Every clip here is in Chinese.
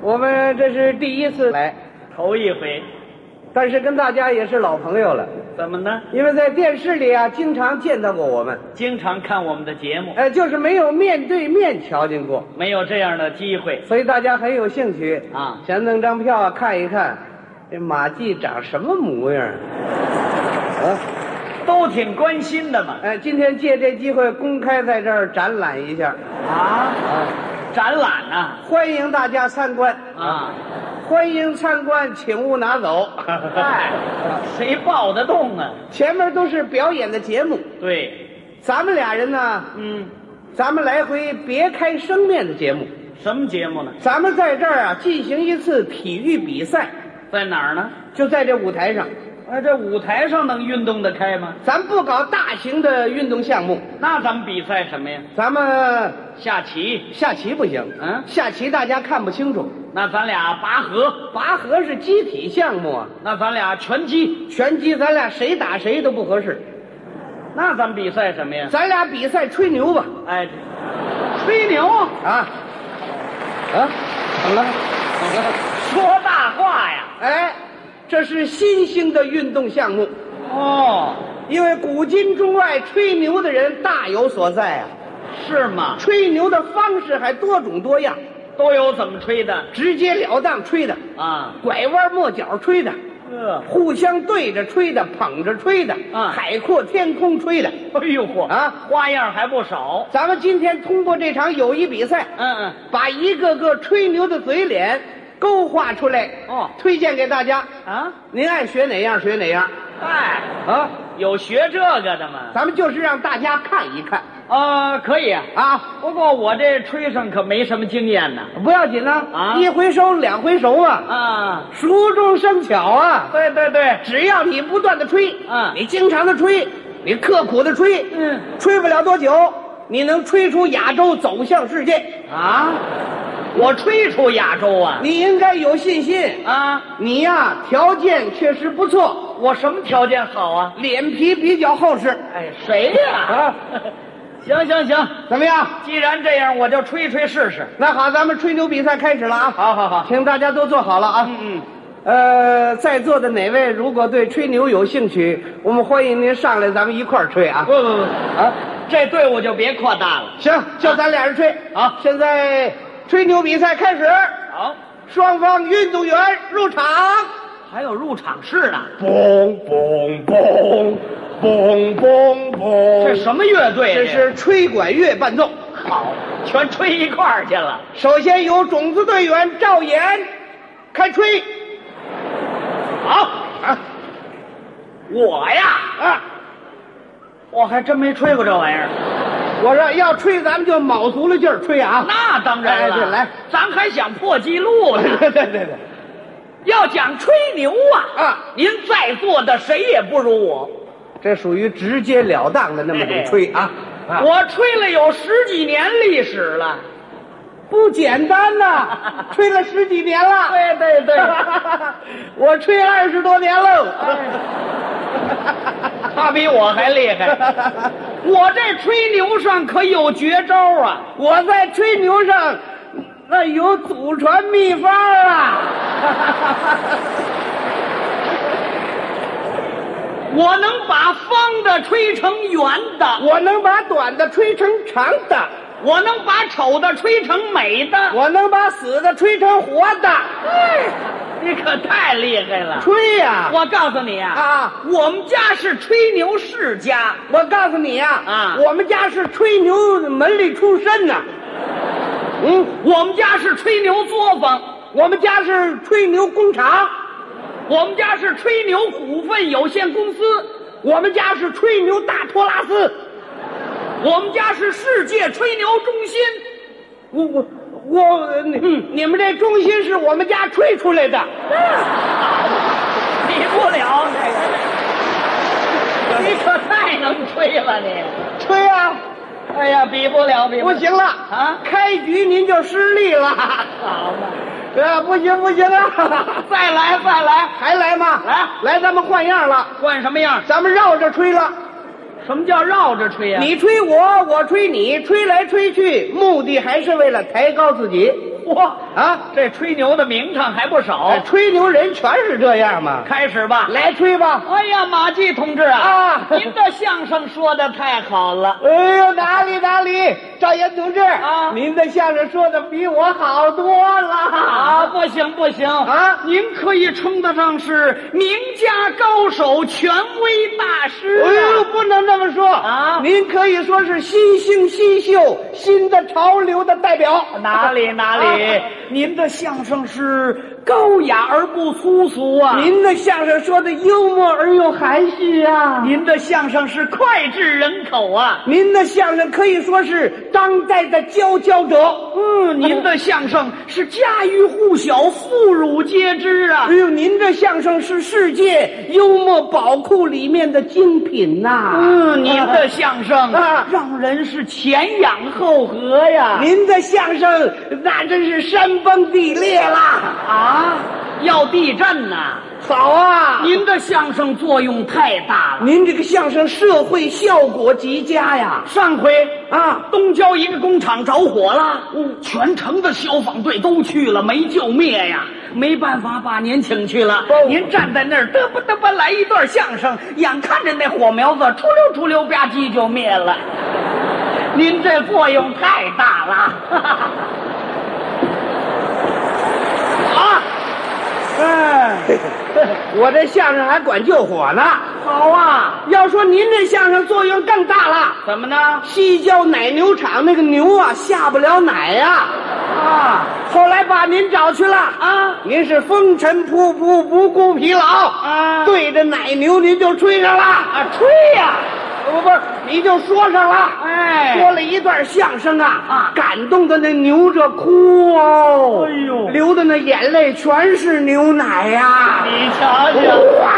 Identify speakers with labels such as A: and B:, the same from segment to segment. A: 我们这是第一次来，
B: 头一回，
A: 但是跟大家也是老朋友了，
B: 怎么呢？
A: 因为在电视里啊经常见到过我们，
B: 经常看我们的节目，
A: 呃，就是没有面对面瞧见过，
B: 没有这样的机会。
A: 所以大家很有兴趣
B: 啊
A: 想弄张票啊看一看，这马季长什么模样 啊？啊，
B: 都挺关心的嘛。
A: 呃，今天借这机会公开在这儿展览一下，
B: 啊，
A: 啊，
B: 展览呐、
A: 欢迎大家参观，
B: 啊，
A: 欢迎参观，请勿拿走。
B: 嗨、谁抱得动啊？
A: 前面都是表演的节目，
B: 对，
A: 咱们俩人呢，
B: 嗯，
A: 咱们来回别开生面的节目，
B: 什么节目呢？
A: 咱们在这儿啊进行一次体育比赛，
B: 在哪儿呢？
A: 就在这舞台上，
B: 哎，这舞台上能运动得开吗？
A: 咱不搞大型的运动项目，
B: 那咱们比赛什么呀？
A: 咱们
B: 下棋？
A: 下棋不行，
B: 嗯
A: 下棋大家看不清楚，
B: 那咱俩拔河？
A: 拔河是集体项目啊，
B: 那咱俩拳击？
A: 拳击咱俩谁打谁都不合适，
B: 那咱们比赛什么呀？
A: 咱俩比赛吹牛吧，
B: 哎，吹牛，
A: 啊，啊，怎么了？怎么了？
B: 说大话呀！
A: 哎，这是新兴的运动项目，
B: 哦，
A: 因为古今中外吹牛的人大有所在啊，
B: 是吗？
A: 吹牛的方式还多种多样，
B: 都有怎么吹的
A: 直截了当吹的，
B: 啊？
A: 拐弯抹角吹的，
B: 呃，
A: 互相对着吹的，捧着吹的，
B: 啊
A: 海阔天空吹的。
B: 哎呦嚯
A: 啊
B: 啊，花样还不少。
A: 咱们今天通过这场友谊比赛，
B: 嗯嗯，
A: 把一个个吹牛的嘴脸勾画出来，
B: 哦
A: 推荐给大家。
B: 啊，
A: 您爱学哪样学哪样
B: 嗨，
A: 啊！
B: 有学这个的吗？
A: 咱们就是让大家看一看
B: 啊，可以啊。
A: 啊。
B: 不过我这吹上可没什么经验呢。
A: 不要紧呢，
B: 啊
A: 一回收两回熟啊，
B: 啊，
A: 熟中生巧啊。
B: 对对对，
A: 只要你不断的吹，
B: 啊
A: 你经常的吹，你刻苦的吹，
B: 嗯
A: 吹不了多久，你能吹出亚洲走向世界。
B: 啊，我吹出亚洲啊
A: 你应该有信心，
B: 啊，
A: 你呀、条件确实不错，
B: 我什么条件好啊？
A: 脸皮比较厚实，
B: 哎，谁呀、
A: 啊
B: 行行行，
A: 怎么样？
B: 既然这样，我就吹吹试试。
A: 那好，咱们吹牛比赛开始了啊！
B: 好好好，
A: 请大家都坐好了啊。
B: 嗯嗯。
A: 呃，在座的哪位如果对吹牛有兴趣，我们欢迎您上来，咱们一块儿吹啊。
B: 不不不。
A: 啊，
B: 这队伍就别扩大了。
A: 行，就咱俩人吹。
B: 好
A: 现在吹牛比赛开始，
B: 好，
A: 双方运动员入场。
B: 还有入场式呢。
A: 嘣嘣嘣嘣嘣嘣
B: 这
A: 这是
B: 什么乐队？啊
A: 这是吹管乐伴奏。
B: 好，全吹一块儿去了。
A: 首先由种子队员赵岩开吹。
B: 好，
A: 啊
B: 我呀，
A: 啊！
B: 我还真没吹过这玩意儿。
A: 我说要吹，咱们就卯足了劲儿吹啊！
B: 那当然了，
A: 哎对来，
B: 咱还想破纪录
A: 对
B: 呢。
A: 对对对，
B: 要讲吹牛啊，
A: 啊
B: 您在座的谁也不如我。
A: 这属于直截了当的那么种吹啊！啊
B: 我吹了有十几年历史了。
A: 不简单呐、 吹了十几年了。
B: 对对 对
A: 我吹二十多年喽。
B: 他比我还厉害。我这吹牛上可有绝招啊！
A: 我在吹牛上，那有祖传秘方啊！
B: 我能把方的吹成圆的，
A: 我能把短的吹成长的，
B: 我能把丑的吹成美的。
A: 我能把死的吹成活的。
B: 你可太厉害了！
A: 吹呀、
B: 我告诉你啊，
A: 啊
B: 我们家是吹牛世家，
A: 我告诉你呀、
B: 啊
A: 我们家是吹牛门里出身呐、嗯，
B: 我们家是吹牛作坊，
A: 我们家是吹牛工厂，
B: 我们家是吹牛股份有限公司，
A: 我们家是吹牛大托拉斯。
B: 我们家是世界吹牛中心。
A: 我我我，你、你们这中心是我们家吹出来的，
B: 比不了这个，你可太能吹了你！
A: 吹啊！
B: 哎呀，比不了，比
A: 不
B: 了。
A: 行了
B: 啊
A: 开局您就失利了，
B: 好嘛，
A: 啊，不行不行啊！
B: 再来再来，
A: 还来吗？
B: 来
A: 来，咱们换样了，
B: 换什么样？
A: 咱们绕着吹了。
B: 什么叫绕着吹呀、
A: 你吹我，我吹你，吹来吹去，目的还是为了抬高自己。
B: 嚯，
A: 啊！
B: 这吹牛的名堂还不少
A: 哎，。吹牛人全是这样嘛。
B: 开始吧，
A: 来吹吧！
B: 哎呀，马季同志啊，
A: 啊
B: 您的相声说的太好了，
A: 哎呦，哪里哪里，赵岩同志
B: 啊
A: 您的相声说的比我好多了
B: 啊，不行不行
A: 啊
B: 您可以称得上是名家高手、权威大师
A: 哎呦，
B: 啊。
A: 不能这么说
B: 啊
A: 您可以说是新兴新秀、新的潮流的代表。
B: 哪里哪里，
A: 啊
B: 您的相声是高雅而不粗俗啊！
A: 您的相声说的幽默而又含蓄啊！
B: 您的相声是脍炙人口啊！
A: 您的相声可以说是当代的佼佼者。嗯
B: 您的相声是家喻户晓、妇孺皆知啊
A: 哎！呦，您这相声是世界幽默宝库里面的精品呐、
B: 嗯，您的相声
A: 啊
B: 让人是前仰后合呀！
A: 您的相声那真是山崩地裂啦！
B: 啊，要地震呐、
A: 好啊，
B: 您的相声作用太大了。
A: 您这个相声社会效果极佳呀！
B: 上回
A: 啊，
B: 东郊一个工厂着火了，
A: 嗯
B: 全城的消防队都去了，没救灭呀。没办法，把您请去了。
A: 哦
B: 您站在那儿嘚吧嘚吧来一段相声，眼看着那火苗子出溜出溜吧唧就灭 了。您这作用太大了。 啊，
A: 哎，我这相声还管救火呢。
B: 好啊，
A: 要说您这相声作用更大了。
B: 怎么呢？
A: 西郊奶牛场那个牛啊，下不了奶呀、
B: 啊
A: 后来把您找去了啊，
B: 啊
A: 您是风尘仆仆，不顾疲劳
B: 啊
A: 对着奶牛您就吹上了，
B: 啊，吹呀、
A: 不不，你就说上了，
B: 哎
A: 说了一段相声啊，
B: 啊
A: 感动的那牛这哭哦，
B: 哎呦
A: 流的那眼泪全是牛奶呀、
B: 你瞧瞧，
A: 哦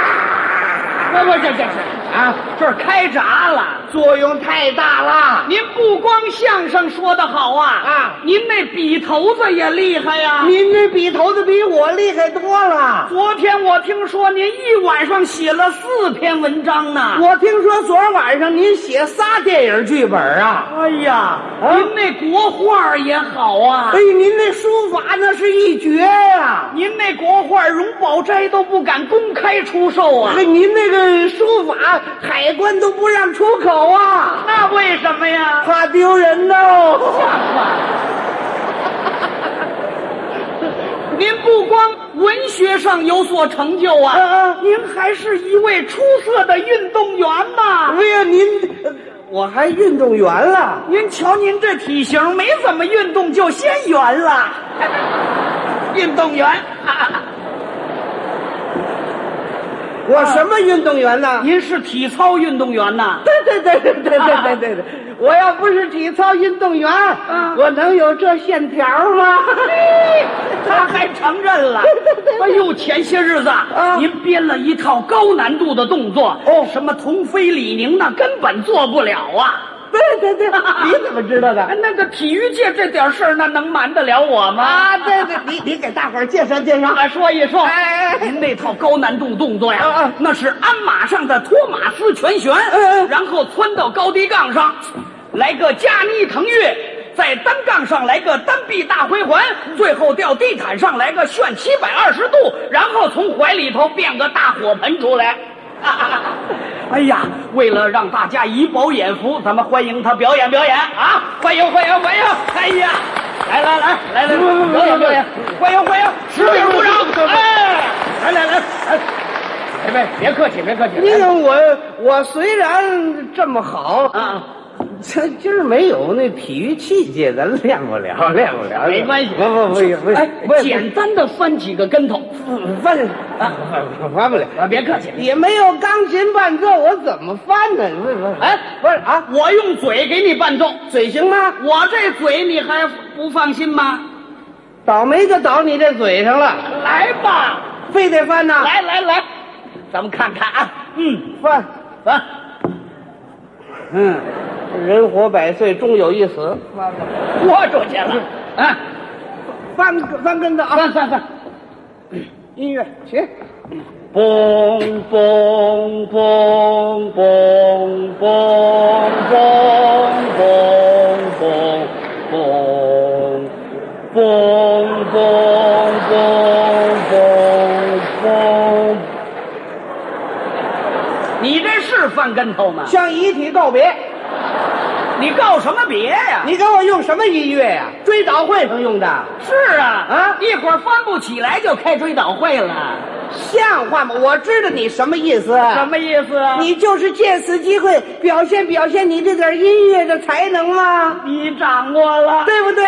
B: 那不这这这
A: 啊，
B: 这开闸了。
A: 作用太大了。
B: 您不光相声说得好啊，
A: 啊
B: 您那笔头子也厉害呀、
A: 您这笔头子比我厉害多了。
B: 昨天我听说您一晚上写了四篇文章呢。
A: 我听说昨儿晚上您写仨电影剧本啊？
B: 哎呀，您那国画也好啊，
A: 哎，您那书法那是一绝呀、
B: 您那国画荣宝斋都不敢公开出售啊
A: 哎，，您那个书法海关都不让出口啊，
B: 那为什么呀？
A: 怕丢人
B: 像
A: 哦。
B: 话。您不光文学上有所成就啊，
A: 啊啊
B: 您还是一位出色的运动员呐、
A: 哎呀，您，呃我还运动员了。
B: 您瞧您这体型，没怎么运动就先圆了，运动员。
A: 我什么运动员呢？
B: 您是体操运动 员呐、
A: 对对对对对对对对对，我要不是体操运动员，
B: 啊
A: 我能有这线条吗？
B: 他还承认 了。哎呦，前些日子啊，
A: 啊
B: 您编了一套高难度的动作，
A: 哦
B: 什么同飞李宁那根本做不了啊。
A: 对对对，你怎么知道的
B: 啊？那个体育界这点事儿，那能瞒得了我吗？
A: 啊，对对，你你给大伙儿介绍介绍。
B: 我说一说，
A: 哎哎哎
B: 您那套高难度动作呀，
A: 啊啊
B: 那是鞍马上的托马斯全旋，
A: 嗯嗯
B: 然后窜到高低杠上，来个架逆腾跃，在单杠上来个单臂大回环，最后掉地毯上来个旋七百二十度，然后从怀里头变个大火盆出来。 哎呀，为了让大家以饱眼福，咱们欢迎他表演表演啊！欢迎欢迎欢迎！哎呀，来来来来来，表演表演，欢迎欢迎，使劲鼓掌！哎，来来来，哎，别别客气别客气，
A: 因为我我虽然这么好
B: 啊，
A: 咱今儿没有那体育器械，咱练不了，练不了。
B: 没关系
A: 不不不不，
B: 哎
A: 不，
B: 简单的翻几个跟头
A: 翻啊，翻翻不了，
B: 啊，别客气。
A: 也没有钢琴伴奏，我怎么翻呢？不不，
B: 哎，
A: 不是啊，
B: 我用嘴给你伴奏，
A: 嘴行吗？
B: 我这嘴你还不放心吗？
A: 倒霉就倒你这嘴上了，
B: 来吧，
A: 非得翻呐，
B: 来来来，咱们看看啊，嗯，
A: 翻，
B: 啊，
A: 嗯，人活百岁，终有一死，
B: 豁出去了，啊，
A: 翻翻跟头啊，
B: 翻翻翻。
A: 音乐起，
B: 嘣嘣嘣嘣嘣嘣嘣嘣嘣，嘣嘣嘣嘣嘣。你这是翻跟头吗？
A: 向遗体告别。
B: 你告什么别呀、
A: 你给我用什么音乐呀、追悼会上用的，
B: 是啊，
A: 啊
B: 一会儿翻不起来就开追悼会了，
A: 像话吗？我知道你什么意思。
B: 什么意思啊？
A: 你就是借此机会表现表现你这点音乐的才能吗？
B: 你掌握了，
A: 对 不对？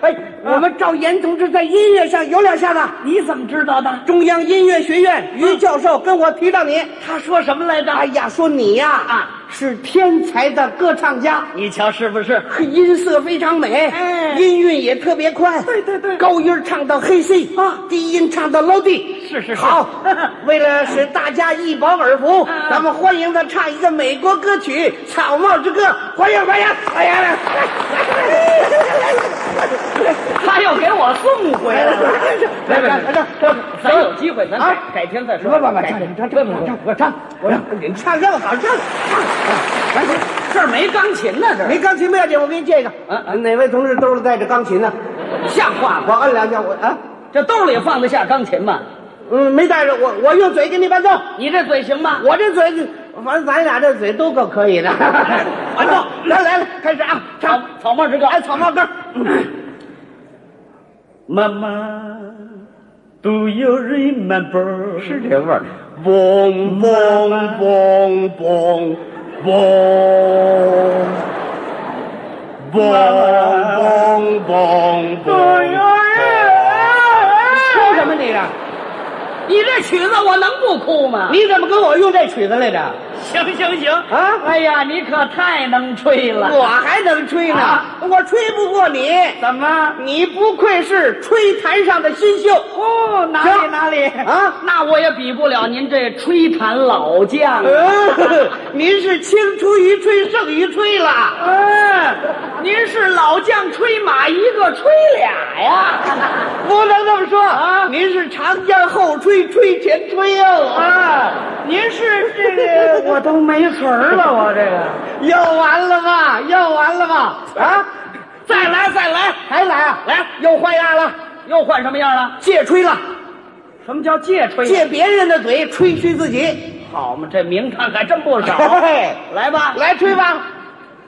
A: 哎，我们赵岩同志在音乐上有两下子。
B: 你怎么知道的？
A: 中央音乐学院于教授跟我提到你，
B: 他说什么来着？
A: 哎呀，说你呀
B: 嗯啊
A: 是天才的歌唱家，
B: 你瞧是不是？
A: 音色非常美，
B: 哎
A: 音韵也特别宽，
B: 对对对
A: 高音唱到黑 C
B: 啊
A: 低音唱到 low D，
B: 是是是
A: 好，为了使大家一饱耳福，
B: 啊
A: 咱们欢迎他唱一个美国歌曲《草帽之歌》，欢迎欢迎，哎呀，来
B: 他又给我送回来了。
A: 来来来来来，
B: 咱有机会，咱改
A: 啊
B: 改天再说。
A: 不不不，
B: 改
A: 唱
B: 天
A: 唱唱唱我唱，我你唱这么好唱，唱来。
B: 这儿没钢琴呢，这儿
A: 没钢琴不要紧，我给你借一个。
B: 嗯
A: 嗯，哪位同志兜里带着钢琴呢？
B: 像话
A: 我
B: 吗？
A: 摁两下，我啊，
B: 这兜里放得下钢琴吗？
A: 嗯，没带着，我我用嘴给你伴奏。
B: 你这嘴行吗？
A: 我这嘴，反正咱俩这嘴都够可以 的。伴奏，来来来，开始啊，
B: 草
A: 唱。
B: 草帽之歌，
A: 哎，草帽歌，
C: 妈妈，Do you remember？
A: 是这味儿。
C: 嘣嘣嘣嘣嘣嘣嘣嘣嘣。
B: 哎
A: 哭什么你啊？
B: 你这曲子我能不哭吗？
A: 你怎么跟我用这曲子来着？
B: 行行行
A: 啊
B: 哎呀，你可太能吹了！
A: 我还能吹呢，
B: 啊
A: 我吹不过你。
B: 怎么？
A: 你不愧是吹坛上的新秀
B: 哦，哪里
A: 行
B: 哪里
A: 啊！
B: 那我也比不了您这吹弹老将啊。
A: 嗯， 您是青出于吹胜于吹了。
B: 嗯，您是老将吹马一个吹俩呀？
A: 不能这么说啊！您是长江后吹，吹前吹哟啊！
B: 您是这个， 我都没词儿了，我这个。
A: 要完了吧？要完了吧？啊！
B: 再来再来，
A: 还来啊？
B: 来
A: 又换样了，
B: 又换什么样了？
A: 借吹了，
B: 什么叫借吹？
A: 借别人的嘴吹嘘自己。
B: 好嘛，这名堂还真不少。
A: 嘿
B: 来吧，
A: 来吹吧。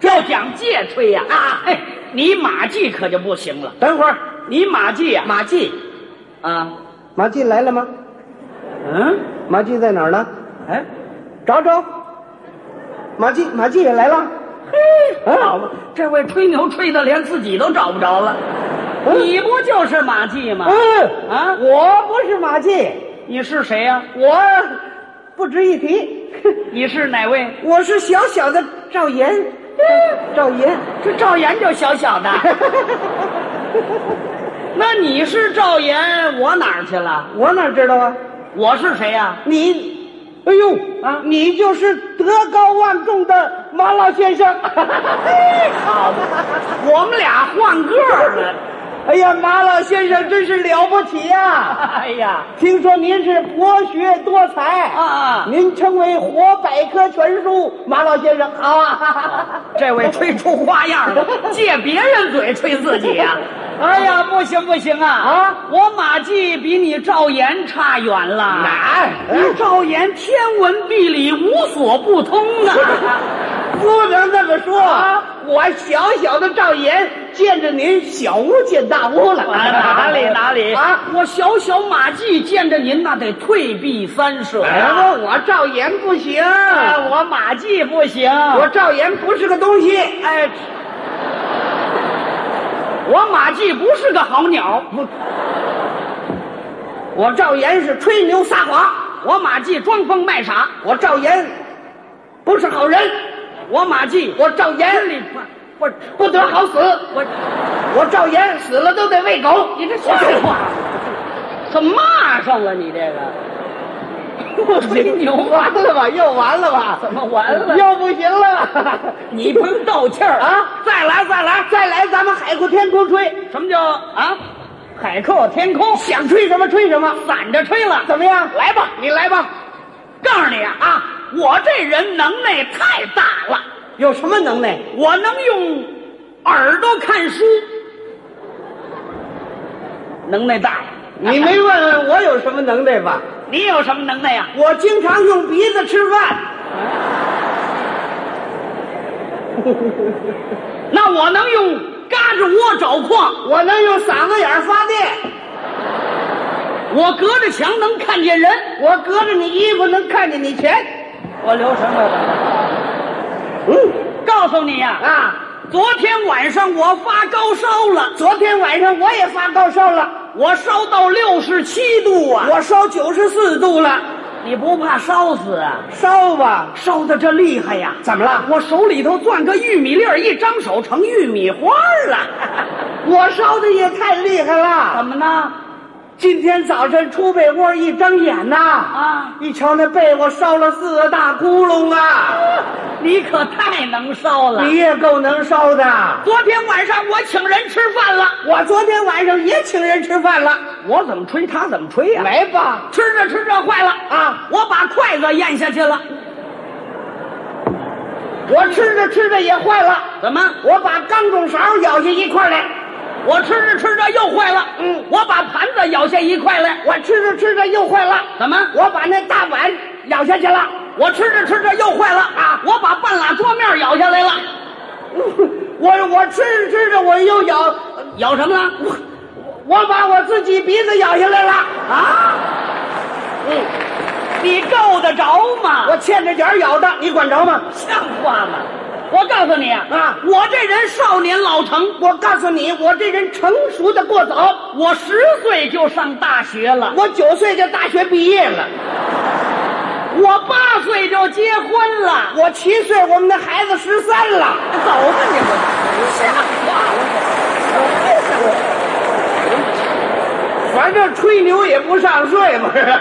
B: 要讲借吹呀啊！哎，你马季可就不行了，
A: 等会儿，
B: 你马季呀、
A: 马季，
B: 啊，
A: 马季来了吗？
B: 嗯，
A: 马季在哪儿呢？
B: 哎，
A: 找找。马季，马季也来了。
B: 嘿，好嘛，哎这位吹牛吹的连自己都找不着了，你不就是马季吗？
A: 嗯
B: 啊
A: 我不是马季，
B: 你是谁呀、
A: 我不值一提。
B: 你是哪位？
A: 我是小小的赵岩，赵岩，
B: 这赵岩就小 小的，那你是赵岩，我哪儿去了？
A: 我哪知道啊？
B: 我是谁呀、
A: 你，哎呦
B: 啊
A: 你就是德高望重的马老先 生。
B: 好，我们俩换个儿了。
A: 哎呀，马老先生真是了不起呀、
B: 哎呀，
A: 听说您是博学多才
B: 啊
A: 您称为活百科全书，马老先生好啊！
B: 这位吹出花样了，借别人嘴吹自己呀、哎呀，不行不行啊！
A: 啊，
B: 我马季比你赵岩差远了。
A: 哪儿
B: 你赵岩天文地理无所不通啊！
A: 不能这么说
B: 啊
A: 我小小的赵岩见着您小巫见大巫了。
B: 啊哪里哪里
A: 啊！！
B: 我小小马季见着您那得退避三舍
A: 哎
B: 呀、
A: 我赵岩不行，
B: 啊我马季不行，
A: 我赵岩不是个东西。
B: 哎，我马季不是个好鸟，
A: 我赵岩是吹牛撒谎，
B: 我马季装疯卖傻，
A: 我赵岩不是好人，
B: 我马季
A: 我赵岩
B: 里
A: 不不得好死，
B: 我
A: 我赵岩死了都得喂狗。
B: 你这像话吗？ 怎么骂上了你这个？我吹牛
A: 完
B: 啊！
A: 了吧？又完了吧？
B: 怎么完了
A: 又不行 了。
B: 你甭斗气儿
A: 啊！
B: 再来再来！
A: 再来，咱们海阔天空吹，
B: 什么叫啊？海阔天空，
A: 想吹什么吹什么，
B: 散着吹了。
A: 怎么样？
B: 来吧，
A: 你来吧。
B: 告诉你啊啊，我这人能耐太大了，
A: 有什么能耐？
B: 我能用耳朵看书，能耐大呀！
A: 你 没问问我有什么能耐吧？
B: 你有什么能耐呀、啊
A: 我经常用鼻子吃饭，
B: 那我能用嘎吱窝找矿，
A: 我能用嗓子眼儿发电，
B: 我隔着墙能看见人，
A: 我隔着你衣服能看见你钱。
B: 我留神了。
A: 嗯
B: 告诉你呀、
A: 啊，
B: 昨天晚上我发高烧了，
A: 昨天晚上我也发高烧了，
B: 我烧到六十七度啊！
A: 我烧九十四度了，
B: 你不怕烧死啊？
A: 烧吧。
B: 烧的这厉害呀！
A: 怎么了？
B: 我手里头攥个玉米粒儿，一张手成玉米花 儿了。
A: 我烧的也太厉害了。
B: 怎么呢？
A: 今天早晨出被窝一睁眼呐，
B: 啊
A: 一瞧那被窝烧了四个大窟窿啊！
B: 你可太能烧了！
A: 你也够能烧的。
B: 昨天晚上我请人吃饭了，
A: 我昨天晚上也请人吃饭了，
B: 我怎么吹他怎么吹呀、
A: 来吧，
B: 吃着吃着坏了
A: 啊！
B: 我把筷子咽下去了，
A: 我吃着吃着也坏了，
B: 怎么？
A: 我把钢种勺咬下一块来，
B: 我吃着吃着又坏了，
A: 嗯
B: 我把盘子咬下一块来，
A: 我吃着吃着又坏了，
B: 怎么？
A: 我把那大碗咬下去了，
B: 我吃着吃着又坏了啊！我把半拉桌面咬下来了，
A: 我我吃着吃着我又咬，呃
B: 咬什么了？
A: 我把我自己鼻子咬下来了，
B: 啊！你够得着吗？
A: 我欠着点儿咬的，你管着吗？
B: 像话吗？我告诉你
A: 啊
B: 我这人少年老成，
A: 我告诉你，我这人成熟的过早，
B: 我十岁就上大学了，
A: 我九岁就大学毕业了，
B: 我八岁就结婚了。
A: 我七岁，我们的孩子十三了。
B: 走吧你们，像话吗？
A: 反正吹牛也不上税，不是？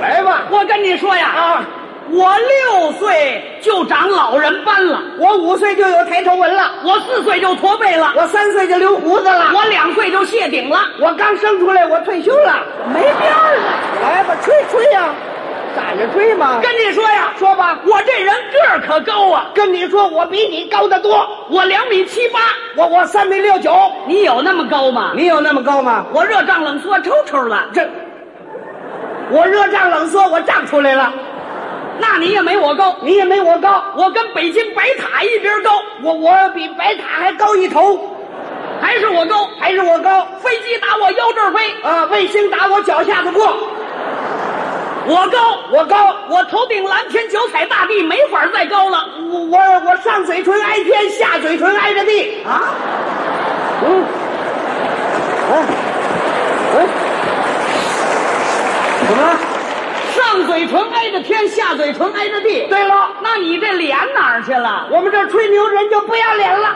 A: 来吧，
B: 我跟你说呀，
A: 啊，
B: 我六岁就长老人斑了，
A: 我五岁就有抬头纹了，
B: 我四岁就驼背了，
A: 我三岁就留胡子了，
B: 我两岁就谢顶了，
A: 我刚生出来我退休了，
B: 没边儿了。
A: 来吧，吹吹呀、攒着吹嘛。
B: 跟你说呀，
A: 说吧，
B: 我这人个儿可高啊，
A: 跟你说，我比你高得多，
B: 我两米七八，
A: 我我三米六九，
B: 你有那么高吗？
A: 你有那么高吗？
B: 我热胀冷缩，抽抽了。
A: 这，我热胀冷缩，我胀出来了，
B: 那你也没我高，
A: 你也没我高，
B: 我跟北京白塔一边高，
A: 我我比白塔还高一头，
B: 还是我高。
A: 还是我高
B: 飞机打我腰这儿飞，
A: 啊！卫星打我脚下头过。
B: 我高，
A: 我高，
B: 我头顶蓝天，九彩大地，没法再高了
A: 我我我上嘴唇挨天，下嘴唇挨着地。
B: 啊！
A: 嗯，哎，哎，怎么了？
B: 上嘴唇挨着天，下嘴唇挨着地。
A: 对了，
B: 那你这脸哪儿去了？
A: 我们这吹牛人就不要脸了。